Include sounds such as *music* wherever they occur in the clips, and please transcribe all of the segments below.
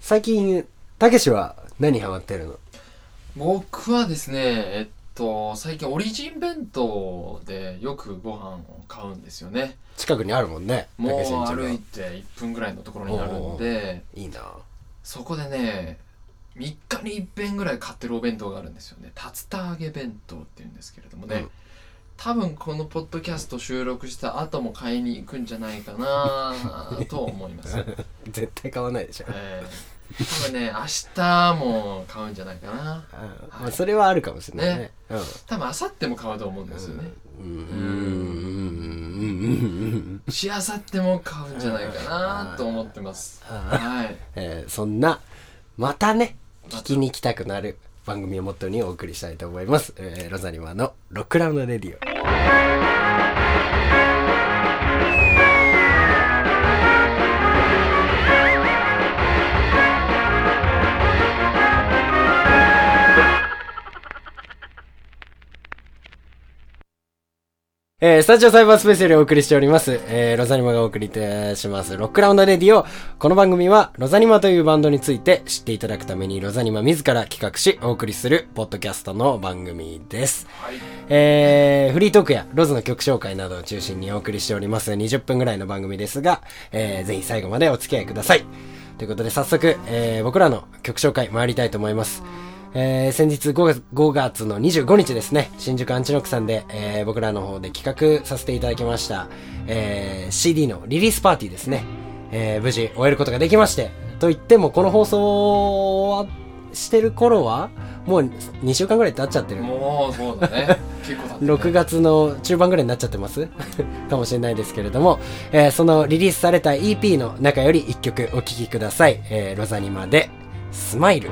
最近、たけしは何ハマってるの僕はですね、えっと、最近オリジン弁当でよくご飯を買うんですよね。近くにあるもんね。たもけうしんちの歩いて1分ぐらいのところにあるんで、いいなそこでね、3日に一遍ぐらい買ってるお弁当があるんですよね。竜田揚げ弁当っていうんですけれどもね。うん多分このポッドキャスト収録した後も買いに行くんじゃないかなと思い *laughs* ます。絶対買わないでしょ。 *laughs* えー、多分ね、明日も買うんじゃないかな。うんまあそれはあるかもしれないねね。多分明後日も買うと思うんですよね。うん。うんうんうんうんうんうん。しあさっても買うんじゃないかなと思ってます。はい。えーそんな、またね、ま聞たきに来たくなる番組をモットーにお送りしたいと思います。えーロザリマのロックラウンドレディオ。えースタジオサイバースペースよりお送りしております。えーロザニマがお送りいたします。ロックラウンドレディオ。この番組は、ロザニマというバンドについて知っていただくために、ロザニマ自ら企画し、お送りする、ポッドキャストの番組です。はい。えーフリートークやロズの曲紹介などを中心にお送りしております20分ぐらいの番組ですが、えーぜひ最後までお付き合いください。ということで早速、えー僕らの曲紹介参りたいと思います。えー先日 5, 月5月の25日ですね、新宿アンチノックさんで、えー僕らの方で企画させていただきました、えー CD のリリースパーティーですね、えー無事終えることができまして、と言ってもこの放送はしてる頃は、もう2週間ぐらい経っちゃってるもうそうだね。結構経ってね6。月の中盤ぐらいになっちゃってます *laughs* かもしれないですけれども、えーそのリリースされた EP の中より1曲お聴きください、えーロザニマで「スマイル」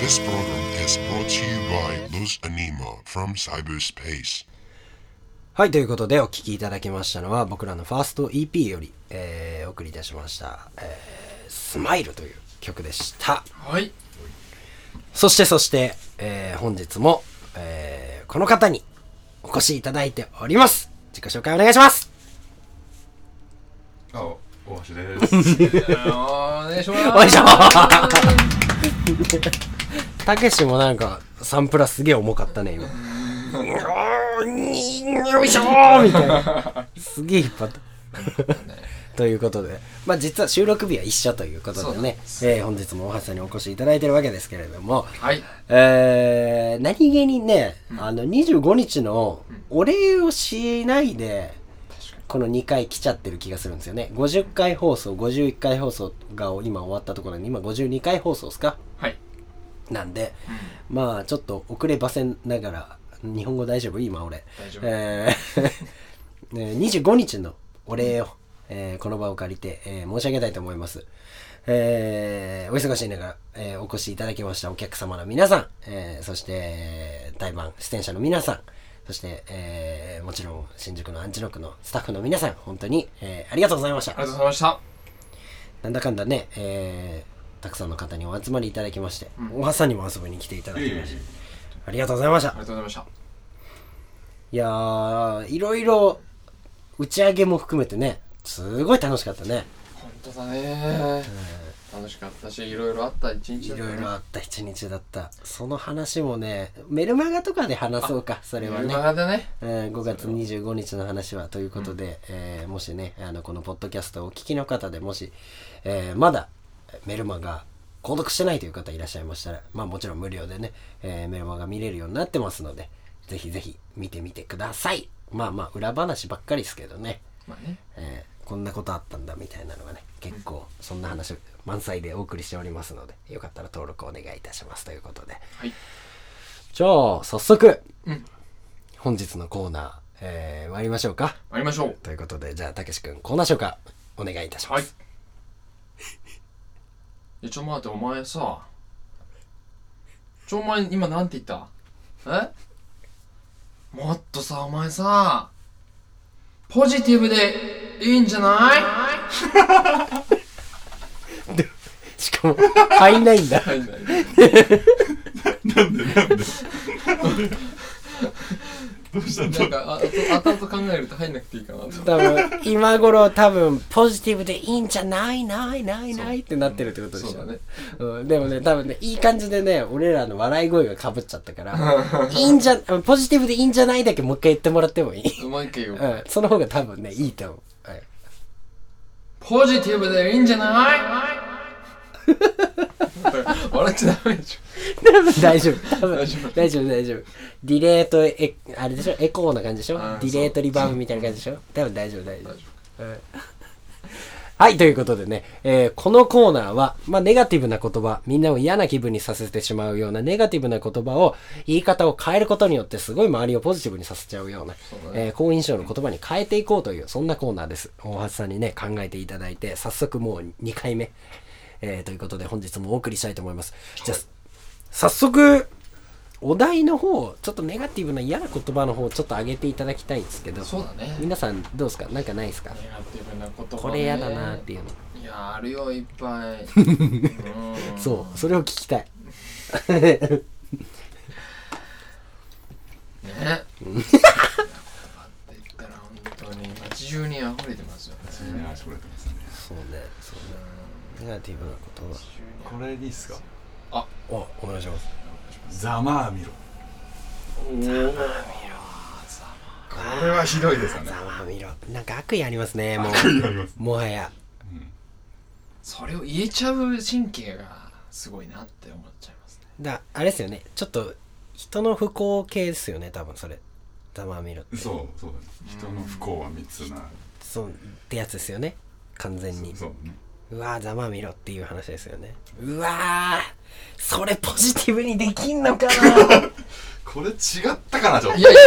This program is brought to you by Luz Anima from cyberspace. はい、ということでお聴きいただきましたのは僕らのファースト EP より、えーお送りいたしました「えースマイル」という曲でしたはい。そしてそして、えー本日も、えーこの方にお越しいただいております自己紹介お願いしますあ、お大橋でおす。願いします。おいしょたけしもなんか、サンプラーすげえ重かったね、今。よいしょーみたいな。すげえ引っ張った。 *laughs* ということで、まあ実は収録日は一緒ということでそうなんねで、えー本日も大橋さんにお越しいただいてるわけですけれども、はい。えー、何気にね、あの25日のお礼をしないで、この2回来ちゃってる気がするんですよね。50回放送、51回放送が今終わったところに、今52回放送ですかはい。なんで、まあちょっと遅ればせながら、日本語大丈夫今俺。大丈夫えー *laughs* ね25日のお礼を、えーこの場を借りて、えー申し上げたいと思います。えーお忙しい中、えーお越しいただきましたお客様の皆さん、えーそして、えー台湾出演者の皆さん、そして、えーもちろん新宿のアンチノックのスタッフの皆さん、本当に、えーありがとうございましたありが。とうございました。なんだかんだね、えーたくさんの方にお集まりいただきまして、おはさんにも遊びに来ていただいきえいえいまえして、ありがとうございましあたり。がとうございました。いやー、いろいろ打ち上げも含めてね、すごい楽しかったね。本当だね。楽しかったしいろいろあった一日だいったねろいろあった一日だったその話もねメルマガとかで話そうかそれはね車でねえー5月25日の話はということで、えーもしねあのこのポッドキャストをお聞きの方でもし、えーまだメルマが購読してないという方いらっしゃいましたらまあもちろん無料でね、えーメルマが見れるようになってますのでぜひぜひ見てみてくださいまあまあ裏話ばっかりですけどね、まあねえーこんなことあったんだみたいなのがね結構そんな話満載でお送りしておりますのでよかったら登録お願いいたしますということではいじゃあ早速、うん本日のコーナー、えー、参りましょうか参りましょうということでじゃあたけし君コーナー紹介お願いいたしまはいす、 *laughs* えちょ待ってお前さちょお前今なんて言ったえもっとさお前さポジティブでいいんじゃないしかも入んないんだ *laughs* 入んないねなんでなんでどうしたんだなんかああと後々考えると入んなくていいかなと *laughs* 多分今頃多分ポジティブでいいんじゃないないないないってなってるってことでしそうょだねうん、でもね多分ねいい感じでね俺らの笑い声がかぶっちゃったからいいんじゃポジティブでいいんじゃないだけもう一回言ってもらってもいい、うまいけようん、その方が多分ねいいと思う、はい、ポジティブでいいんじゃない笑っちゃダメでし *laughs* 大丈夫多分大丈夫大丈夫大丈夫ディレートえあれでしょエコーな感じでしょデあーィレートリバーブみたいな感じでしょ多分大丈夫大丈ょ夫うんはいということでね、えーこのコーナーは、まあ、ネガティブな言葉みんなを嫌な気分にさせてしまうようなネガティブな言葉を言い方を変えることによってすごい周りをポジティブにさせちゃうようなそうだねえー好印象の言葉に変えていこうというそんなコーナーです大橋さんにね考えていただいて早速もう2回目、えーということで本日もお送りしたいと思いますじゃあ早速お題の方ちょっとネガティブな嫌な言葉の方ちょっと上げていただきたいんですけどそうだねネ皆さんどうですかなんかないですかガティブなことこれ嫌だなっていうのいやーあるよいっぱい *laughs* うんそうそれを聞きたいね言葉って言ったら本当に街中に溢れてますよねそれあそれですねそうねそうねネガティブなこれでいいっすか言葉おお願いしますざまあみろおーこれはひどいですよねざまあみろなんか悪意ありますねもう悔いありますもはやそれを言えちゃう神経がすごいなって思っちゃいますねだあれですよねちょっと人の不幸系ですよね多分それざまあみろってそうそうだね人の不幸は密なそうってやつですよね完全にそうだねうわーざまあみろっていう話ですよねうわーそれポジティブにできんの *laughs* かなこれ違ったかなちょっといやいいやや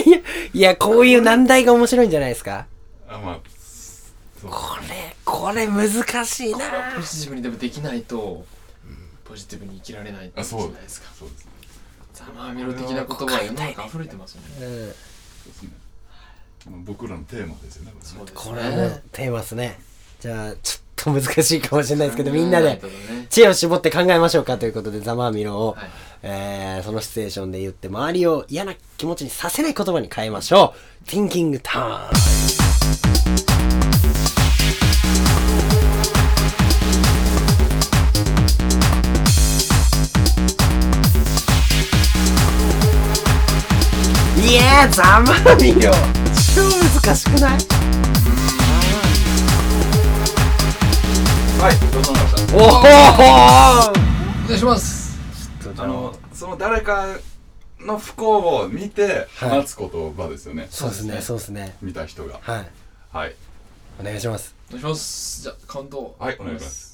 いやいやこういう難題が面白いんじゃないですかあまあそうこれこれ難しいなポジティブにでもできないとポジティブに生きられないってことあじそうゃないですかそうですねざまあみろ的な言葉が世の中溢れてますよねうんそうですねまあ僕らのテーマですよねこれねそうですねこれもテーマですねじゃあちょっと難しいかもしれないですけどみんな考えでいとね知恵を絞って考えましょうかということでざまあみろを、はいえーそのシチュエーションで言って周りを嫌な気持ちにさせない言葉に変えましょう Thinking Time いやーざまあみろ超難しくないはいどうぞましたおおお願いしますあのその誰かの不幸を見てはい話す言葉ですよね、そうですねそうですね見た人がはいはいお願いしますお願いしますじゃあカウントはいお願いします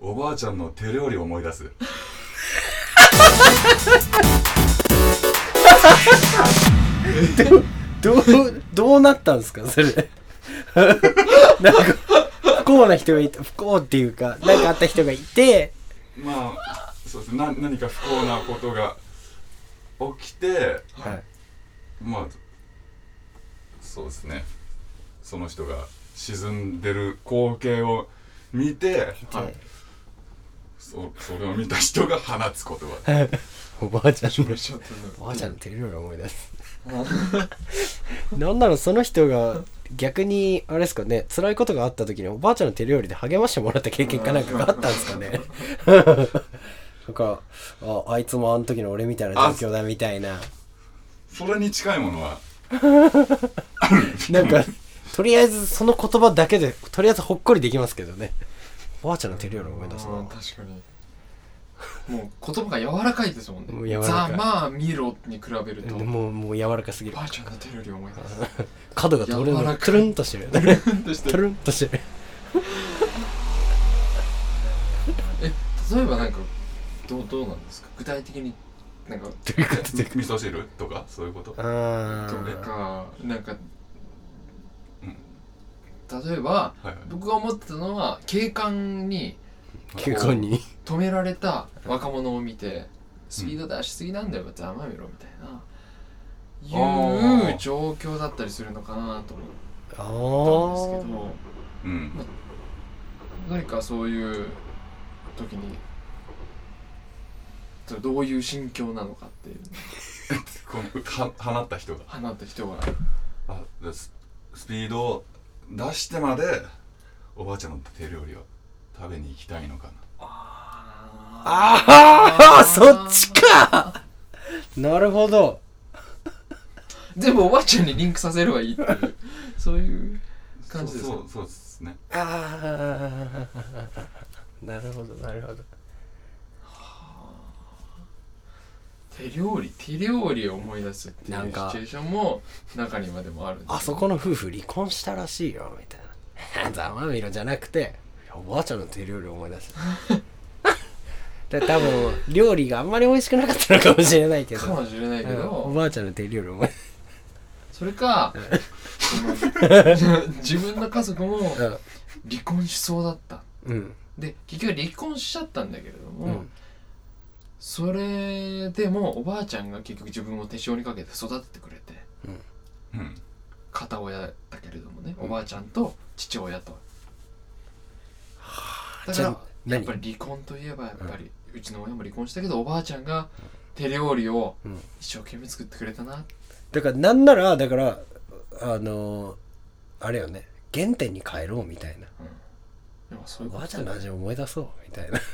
おばあちゃんの手料理を思い出すどう、どうなったんですかそれ。なんか、不幸な人がいた、不幸っていうか、なんかあった人がいて、まあそうですねな何か不幸なことが起きてはい。まあそうですねその人が沈んでる光景を見てはいそそれを見た人が放つ言葉おばあちゃんの、ちょっとおばあちゃんの手料理を思い出す。なんならその人が逆にあれですかね辛いことがあった時におばあちゃんの手料理で励ましてもらった経験かなんかがあったんですか *laughs* ねなんかああいつもあの時の俺みたいな状況だみたいなそれに近いものはなんかとりあえずその言葉だけでとりあえずほっこりできますけどねおばあちゃんの手料理を思い出すなうん確かにもう言葉が柔らかいですもんもうね柔らかザい・まあ見ろに比べるとおもうもう柔らかすぎるばあちゃんの手料理を思い出す角がトルン柔らかいトゥルンとしてるトとしてゥルンとしてる例えばなんかどうどうなんですか具体的になんかというこみ味噌汁とかそういうこととあとーかなんかうん例えばはいはい僕が思ってたのは警官に結婚に止められた若者を見てスピード出しすぎなんだよざまみろみたいなあいーう状況だったりするのかなと思っあたんでーすけどうん何かそういう時にそれどういう心境なのかっていうこのは放った人が放った人があでススピードを出してまでおばあちゃんの手料理を食べに行きたいのかなああそっちかなるほど全部おばあちゃんにリンクさせればいいっていうそういう感じですかそうそうそうですねああなるほどなるほど手料理手料理を思い出すっていうシなんチかュエーションも中にまでもあるんですよあそこの夫婦離婚したらしいよみたいな *laughs* ざまみろじゃなくておばあちゃんの手料理を思い出す *laughs* で多分料理があんまり美味しくなかったのかもしれないけかどもしれないけうんおどばあちゃんの手料理を思い出すそれかその自分の家族もうん離婚しそうだったうんで結局離婚しちゃったんだけれども、うんそれでもおばあちゃんが結局自分を手塩にかけて育ててくれてうん片親だけれどもね、おばあちゃんと父親とだじかゃあらやっ何ぱり離婚といえばやっぱり、うちの親も離婚したけどおばあちゃんが手料理をうん一生懸命作ってくれたな、だからなんならだからあのーあれよね原点に帰ろうみたいなでもそういおうこばあちとゃんのだよ味を思い出そうみたいな *laughs*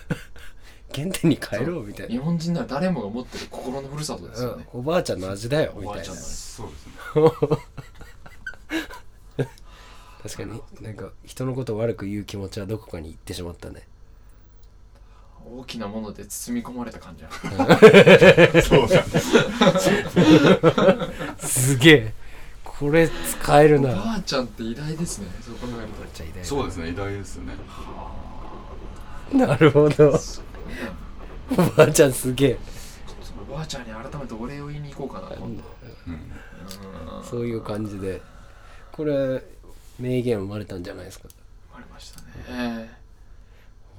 原点に帰ろうみたい日な、本人なら誰もが持ってる心のふるさとですよね、うん、おばあちゃんの味だよみおばたあいちなゃんのそうですね確かになんか人のことを悪く言う気持ちはどこかに行ってしまったね大きなもので包み込まれた感じがそうだねすげえこれ使えるおなばあちゃんって偉大ですねそう考 *laughs* えるとそうですね偉大ですよねなるほどすごいおなばあちゃんすげえおばあちゃんに改めてお礼を言いに行こうかな今度うんそういう感じでこれ名言生まれたんじゃないですか生まれましたね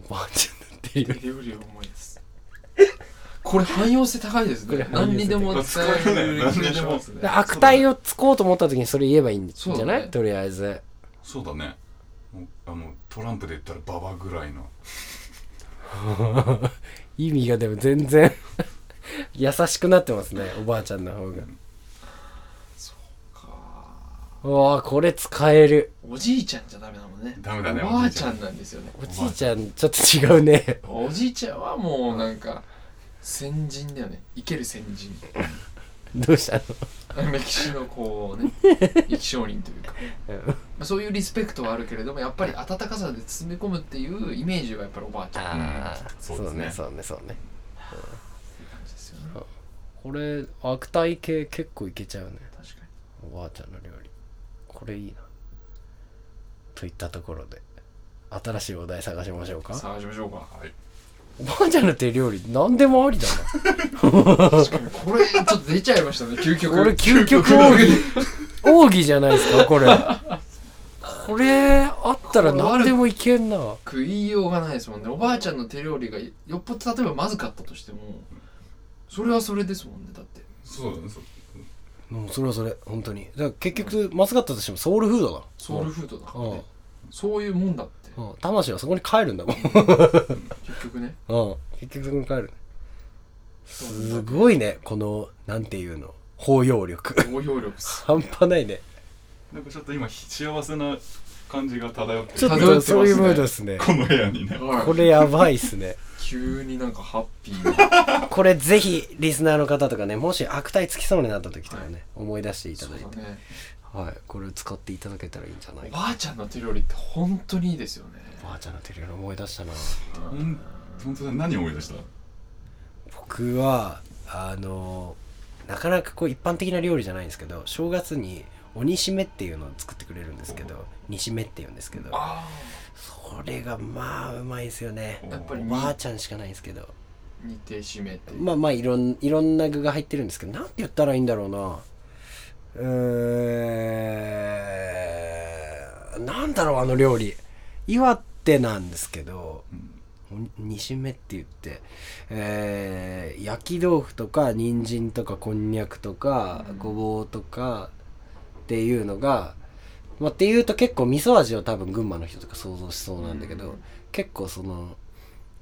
おばあちゃんの手料理手料理を思いですこれ汎用性高いですこれね汎何用性高いにでも使える使えるね何にでもすねで悪態をつこうと思った時にそれ言えばいいんじそうだゃねない、とりあえずそうだねもうあのトランプで言ったらババぐらいの *laughs* 意味がでも全然優しくなってますねおばあちゃんの方がうわあこれ使えるおじいちゃんじゃダメなのねダメだねおばあちゃんなんですよねおじいちゃんちょっと違うねおじいちゃんはもうなんか先人だよね生ける先人どうしたの歴史のこうね生き証人というかまあそういうリスペクトはあるけれどもやっぱり温かさで包み込むっていうイメージはやっぱりおばあちゃんああ、うんそそううですねねそうねそうねですよねこれ悪態系結構いけちゃうね確かにおばあちゃんの料理これいいなといったところで新しいお題探しましょうか探しましょうかはいおばあちゃんの手料理何でもありだ *laughs* な確かにこれちょっと出ちゃいましたね究極これ究極奥義奥義じゃないですかこれこれあったら何でもいけんな食いようがないですもんねおばあちゃんの手料理がよっぽど例えばまずかったとしてもそれはそれですもんねだってそうだねそうもうそれはそれ本当にだから結局まずかったとしてもソウルフードだソウルフードだからうんねそういうもんだってうん魂はそこに帰るんだもん結局ねうん、結局そこに帰るねすごいねこのなんていうの包容力 *laughs* 応用力っす半端ないねなんかちょっと今幸せな感じが漂ってちるょっ漂ってまとすねそういうムードですねこの部屋に *laughs* ねはいこれやばいっすね急になんかハッピーなこれぜひリスナーの方とかねもし悪態つきそうになった時とかね、思い出していたそうだいて、だねはい、これを使っていただけたらいいんじゃないおかばあちゃんの手料理って本当にいいですよねばあちゃんのテレビの思い出したなうん本当だ何思い出した僕はあのなかなかこう一般的な料理じゃないんですけど正月に鬼しめっていうのを作ってくれるんですけど煮しめっていうんですけどあそれがまあうまいですよねやっぱりおばあちゃんしかないんですけどあ煮て締めてまあまあいろんいろんな具が入ってるんですけどなんて言ったらいいんだろうなうーんなんだろうあの料理岩手なんですけど煮しめって言って、えー焼き豆腐とか人参とかこんにゃくとかうんごぼうとかっていうのが、まあ、っていうと結構味噌味を多分群馬の人とか想像しそうなんだけど、うん結構その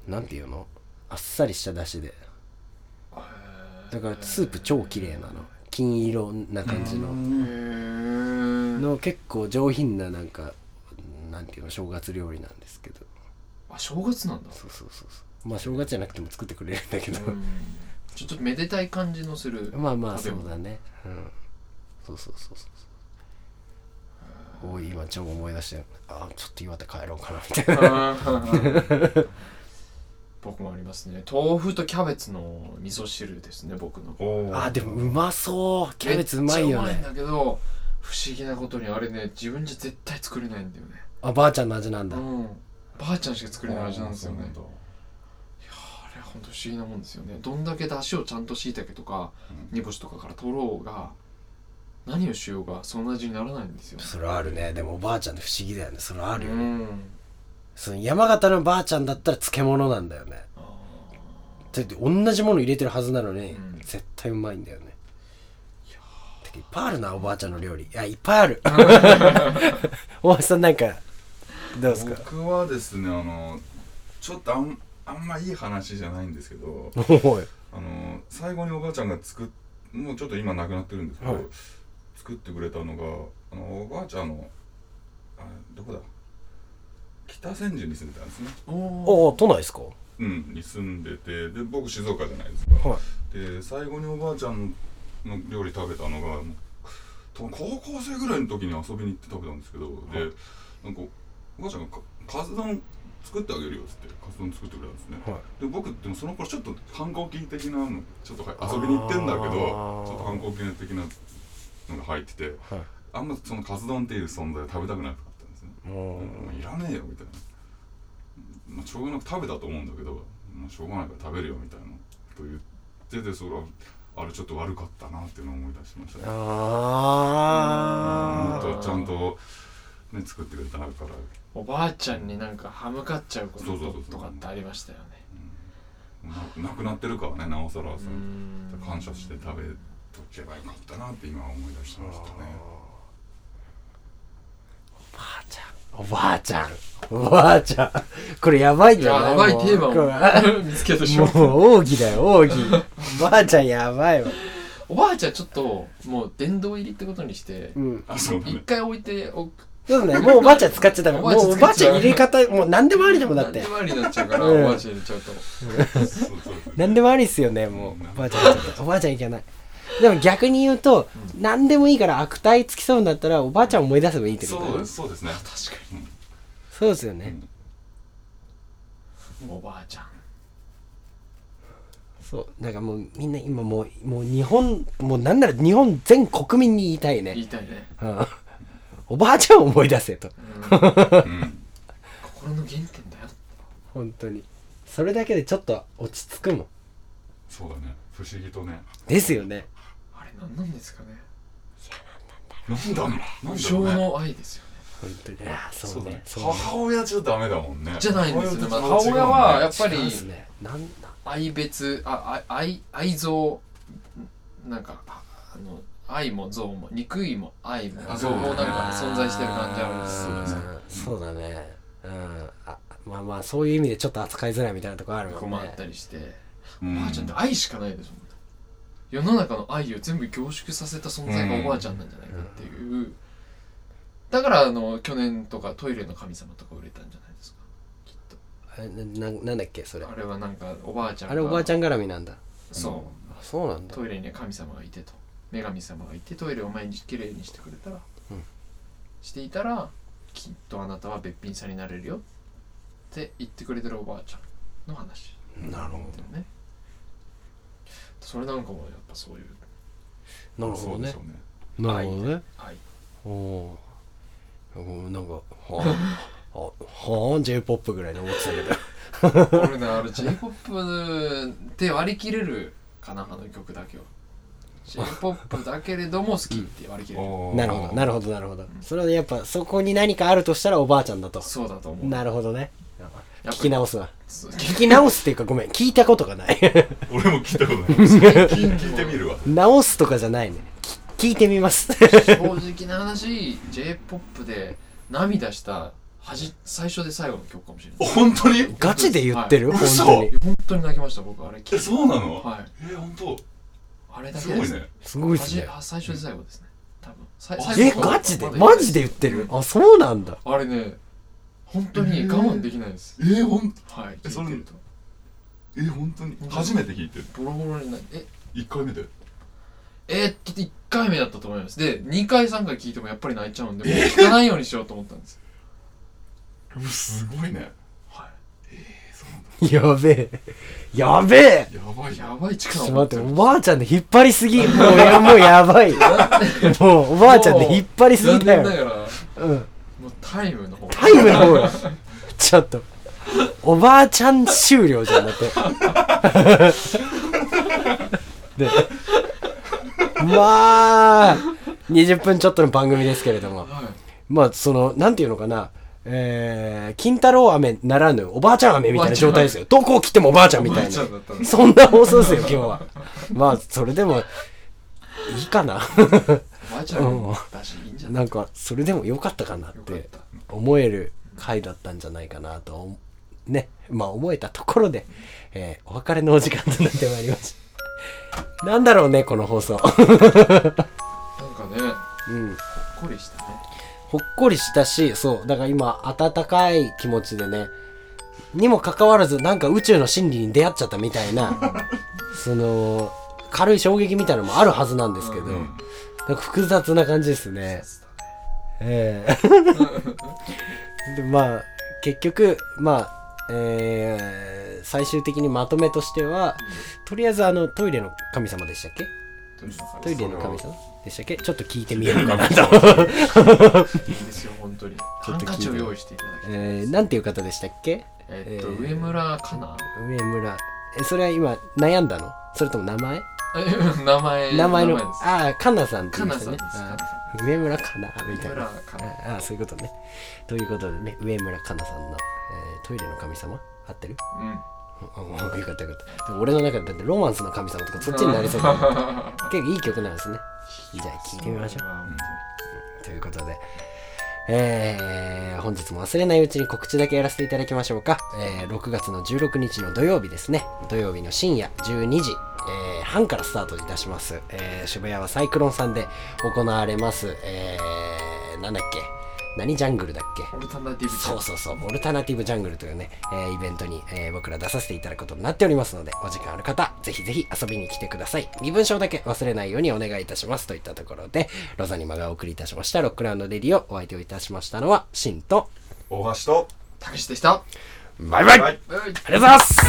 なんていうのあっさりした出汁でだからスープ超綺麗なの金色な感じのへーの結構上品ななんかなんていうの正月料理なんですけどあ正月なんだそうそうそうそうまあ正月じゃなくても作ってくれるんだけどうんちょっとめでたい感じのするまあまあそ食べう物だねうんそうそうそうそうそうおい今超思い出したよあちょっと岩手帰ろうかなみたいな僕もありますね豆腐とキャベツの味噌汁ですね僕のお *laughs* ーあでもうまそうキャベツうまいよめっちゃうまいんねだけど不思議なことにあれね自分じゃ絶対作れないんだよねあばあちゃんの味なんうだんばあちゃんしか作れない味なんですよねあーそうあれは本当不思議なもんですよねどんだけ出汁をちゃんと椎茸とかうん煮干しとかから取ろうが何をしようがその味にならないんですよねそれあるねでもおばあちゃんって不思議だよねそれあるようねんその山形のばあちゃんだったら漬物なんだよねだって同じもの入れてるはずなのに、うん絶対うまいんだよねてかいっぱいあるなおばあちゃんの料理いやいっぱいある *laughs* 大橋さんなんかどうですか僕はですねあのちょっとあんあんまいい話じゃないんですけどおいあの最後におばあちゃんが作っもうちょっと今亡くなってるんですけど、はい作ってくれたのがあのおばあちゃんのあれどこだ北千住に住んでたんですねおおおお都内ですかうんに住んでてで僕静岡じゃないですか、はで最後におばあちゃんの料理食べたのがもう多分高校生ぐらいの時に遊びに行って食べたんですけど、でなんかおばあちゃんがかカツ丼作ってあげるよっつってカツ丼作ってくれたんですね、はいで僕でもその頃ちょっと反抗期的なのちょっとは遊びに行ってんだけあどちーょっと反抗期的なのが入ってて、はいあんまそのカツ丼っていう存在を食べたくなかったんですねもうもういらねえよみたいな、まあ、しょうがなく食べたと思うんだけど、まあ、しょうがないから食べるよみたいなこと言っててそれはあれちょっと悪かったなっていうのを思い出しましたねあもっとちゃんと、ね、作ってくれたからおばあちゃんになんか歯向かっちゃうこそうそとうそうそうとかってありましたよねななくなってるからねなおさらうさん感謝して食べとけばよかったなって今は思い出しましたねおばあちゃんおばあちゃんこれやばいんじゃないやばいテーもうこマを見つけてしまれったもう奥義だよ奥義おばあちゃんやばいわおばあちゃんちょっともう殿堂入りってことにしてうんあそうだ一ね回置いておくそうだねもうおばあちゃん使っちゃダメおもばあちゃんうおばあちゃん使っ入ちゃれ方もう何でもありでもだって何でもありになっちゃうからうんおばあちゃん入れちゃうとそうそうそう何でもありっすよねもうおばあちゃんちょっとおばあちゃんいけないでも逆に言うと、何でもいいから悪態つきそうになったらおばあちゃん思い出せばいいってことそうねそうです *laughs* ね確かそうですよね、におばあちゃんそうなんかもうみんな今もうもう日本もうなんなら日本全国民に言いたい言ね、いたいねうん、おばあちゃんを思い出せとうん心の原点だよ本当にそれだけでちょっと落ち着くもんそうだね不思議とねですよねあれ何なんですかねなんだろうな無んだ償ろうねの愛ですよね本当にああそうねそうね母親じゃダメだもんねじゃないんですよねまあ母母親親ははややっっぱりそうですねなんなん愛別ああ愛愛憎なんかああの愛も憎も憎いも愛もあそうもうなんか存在してる感じあるんですよねそうだねうんあまあまあそういう意味でちょっと扱いづらいみたいなとこあるもん困っねたりして、うんおばあちゃんって愛しかないですもんね世の中の愛を全部凝縮させた存在がうんおばあちゃんなんじゃないかっていうだからあの去年とか「トイレの神様」とか売れたんじゃないですかきっあれなななんだっけそれとあれはなんかおばあちゃんがあれおばあちゃん絡みなんだそうあそうなんだトイレには神様がいてと女神様がいてトイレを毎日きれいにしてくれたら、うんしていたらきっとあなたはべっぴんさんになれるよって言ってくれてるおばあちゃんの話なるほだよねそれなんかもやっぱそういうどなるそほどうでねしょうねなるほどね愛おおーなんかはあはあはあ J−POP ぐらいに思ってた *laughs* けど俺ねあれ J−POP って割り切れるかなあの曲だ *laughs* けは J−POP だけれども好きって割り切れるなるほどなるるほどなるほどそれはやっぱそこに何かあるとしたらおばあちゃんだとそうだと思うなるほどねやっぱ聞き直すわそう聞き直すっていうかごめん聞いたことがない俺も聞いたことない聞 *laughs* 聞いてみるわ直すとかじゃないねき聞いてみます *laughs* 正直な話 J−POP で涙したはじ最初で最後の曲かもしれない本当にガチで言ってる、はい本嘘当に本当に泣きました僕あれ聞えいてそうなの、はえ本当あれだすけごでいすねすごいではすじねあ最初で最後ですね多分さいあ最え初の方ガチでまマジで言ってるあそうなんだあれね本当に我慢できないです、えほんはいえそ聞れいてるとえ本当に初めて聞いてるボロボロになるえ1回目でえーっと1回目だったと思いますで2回3回聞いてもやっぱり泣いちゃうんでもう聞かないようにしようと思ったんです、うんすごいねはやべえやべえやばい、いやばい力ちょっと待を持っってて、るおばあちゃんで引っ張りすぎ。もうや、もうやばい。もう、おばあちゃんで引っ張りすぎだ残念よ。ながらうん。もうタイムの方タイムの方が。ちょっと。おばあちゃん終了じゃ *laughs* なくて。で、まあ、20分ちょっとの番組ですけれども。はいまあ、その、なんていうのかな。えー、金太郎飴ならぬ、おばあちゃん飴みたいな状態ですよ。どこを切ってもおばあちゃんみたいな。だったんですそんな放送ですよ、今日は。まあ、それでも、いいかな。 *laughs* おばあちゃんだし、いいんじゃなないんか、それでも良かったかなっよかってた。思える回だったんじゃないかなと思、ね、まあ思えたところで、えーお別れのお時間となってまいりました。なんだろうね、この放送。なんかね、うん。ほっこりしたね。ほっこりしたし、そう、だから今、温かい気持ちでね、にもかかわらず、なんか宇宙の真理に出会っちゃったみたい *laughs* な、その、軽い衝撃みたいなのもあるはずなんですけど、うんなんか複雑な感じですね。ええ *laughs* でまあ結局まあえー最終的にまとめとしてはとりあえずあのトイレの神様でしたっけトイレの神様でしたっけちょっと聞いてみよう *laughs* かなと、いいですよ、本当に。ちょハっンと聞いてカチを用意していただきたい。えー、なんていう方でしたっけえっと、えー上村かな上村えそれは今悩んだのそれとも名前、え名前、名前のです。ああかなさんってか言いなましたさんねです。かなさあー上村かなみんたい上村なかな。ああそういうことねということでね上村かなさんの、えートイレの神様合ってるうん。うんよかったよかった。でも俺の中でだってロマンスの神様とかそっちになり *laughs* そうだな。結構いい曲なんですね。じゃあ聴いてみましょう。ということで。えー、本日も忘れないうちに告知だけやらせていただきましょうか、えー、6月の16日の土曜日ですね土曜日の深夜12時、えー半からスタートいたします、えー渋谷はサイクロンさんで行われます、えー、なんだっけ何ジャングルだっけオルタナティブチャそンうそうそう、オルタナティブジャングルというね、えーイベントに、えー僕ら出させていただくことになっておりますので、お時間ある方、ぜひぜひ遊びに来てください。身分証だけ忘れないようにお願いいたします。といったところで、ロザニマがお送りいたしました、ロックラウンドレディをお相手をいたしましたのは、シンと、大橋とたけしでした。バイバイありがとうございます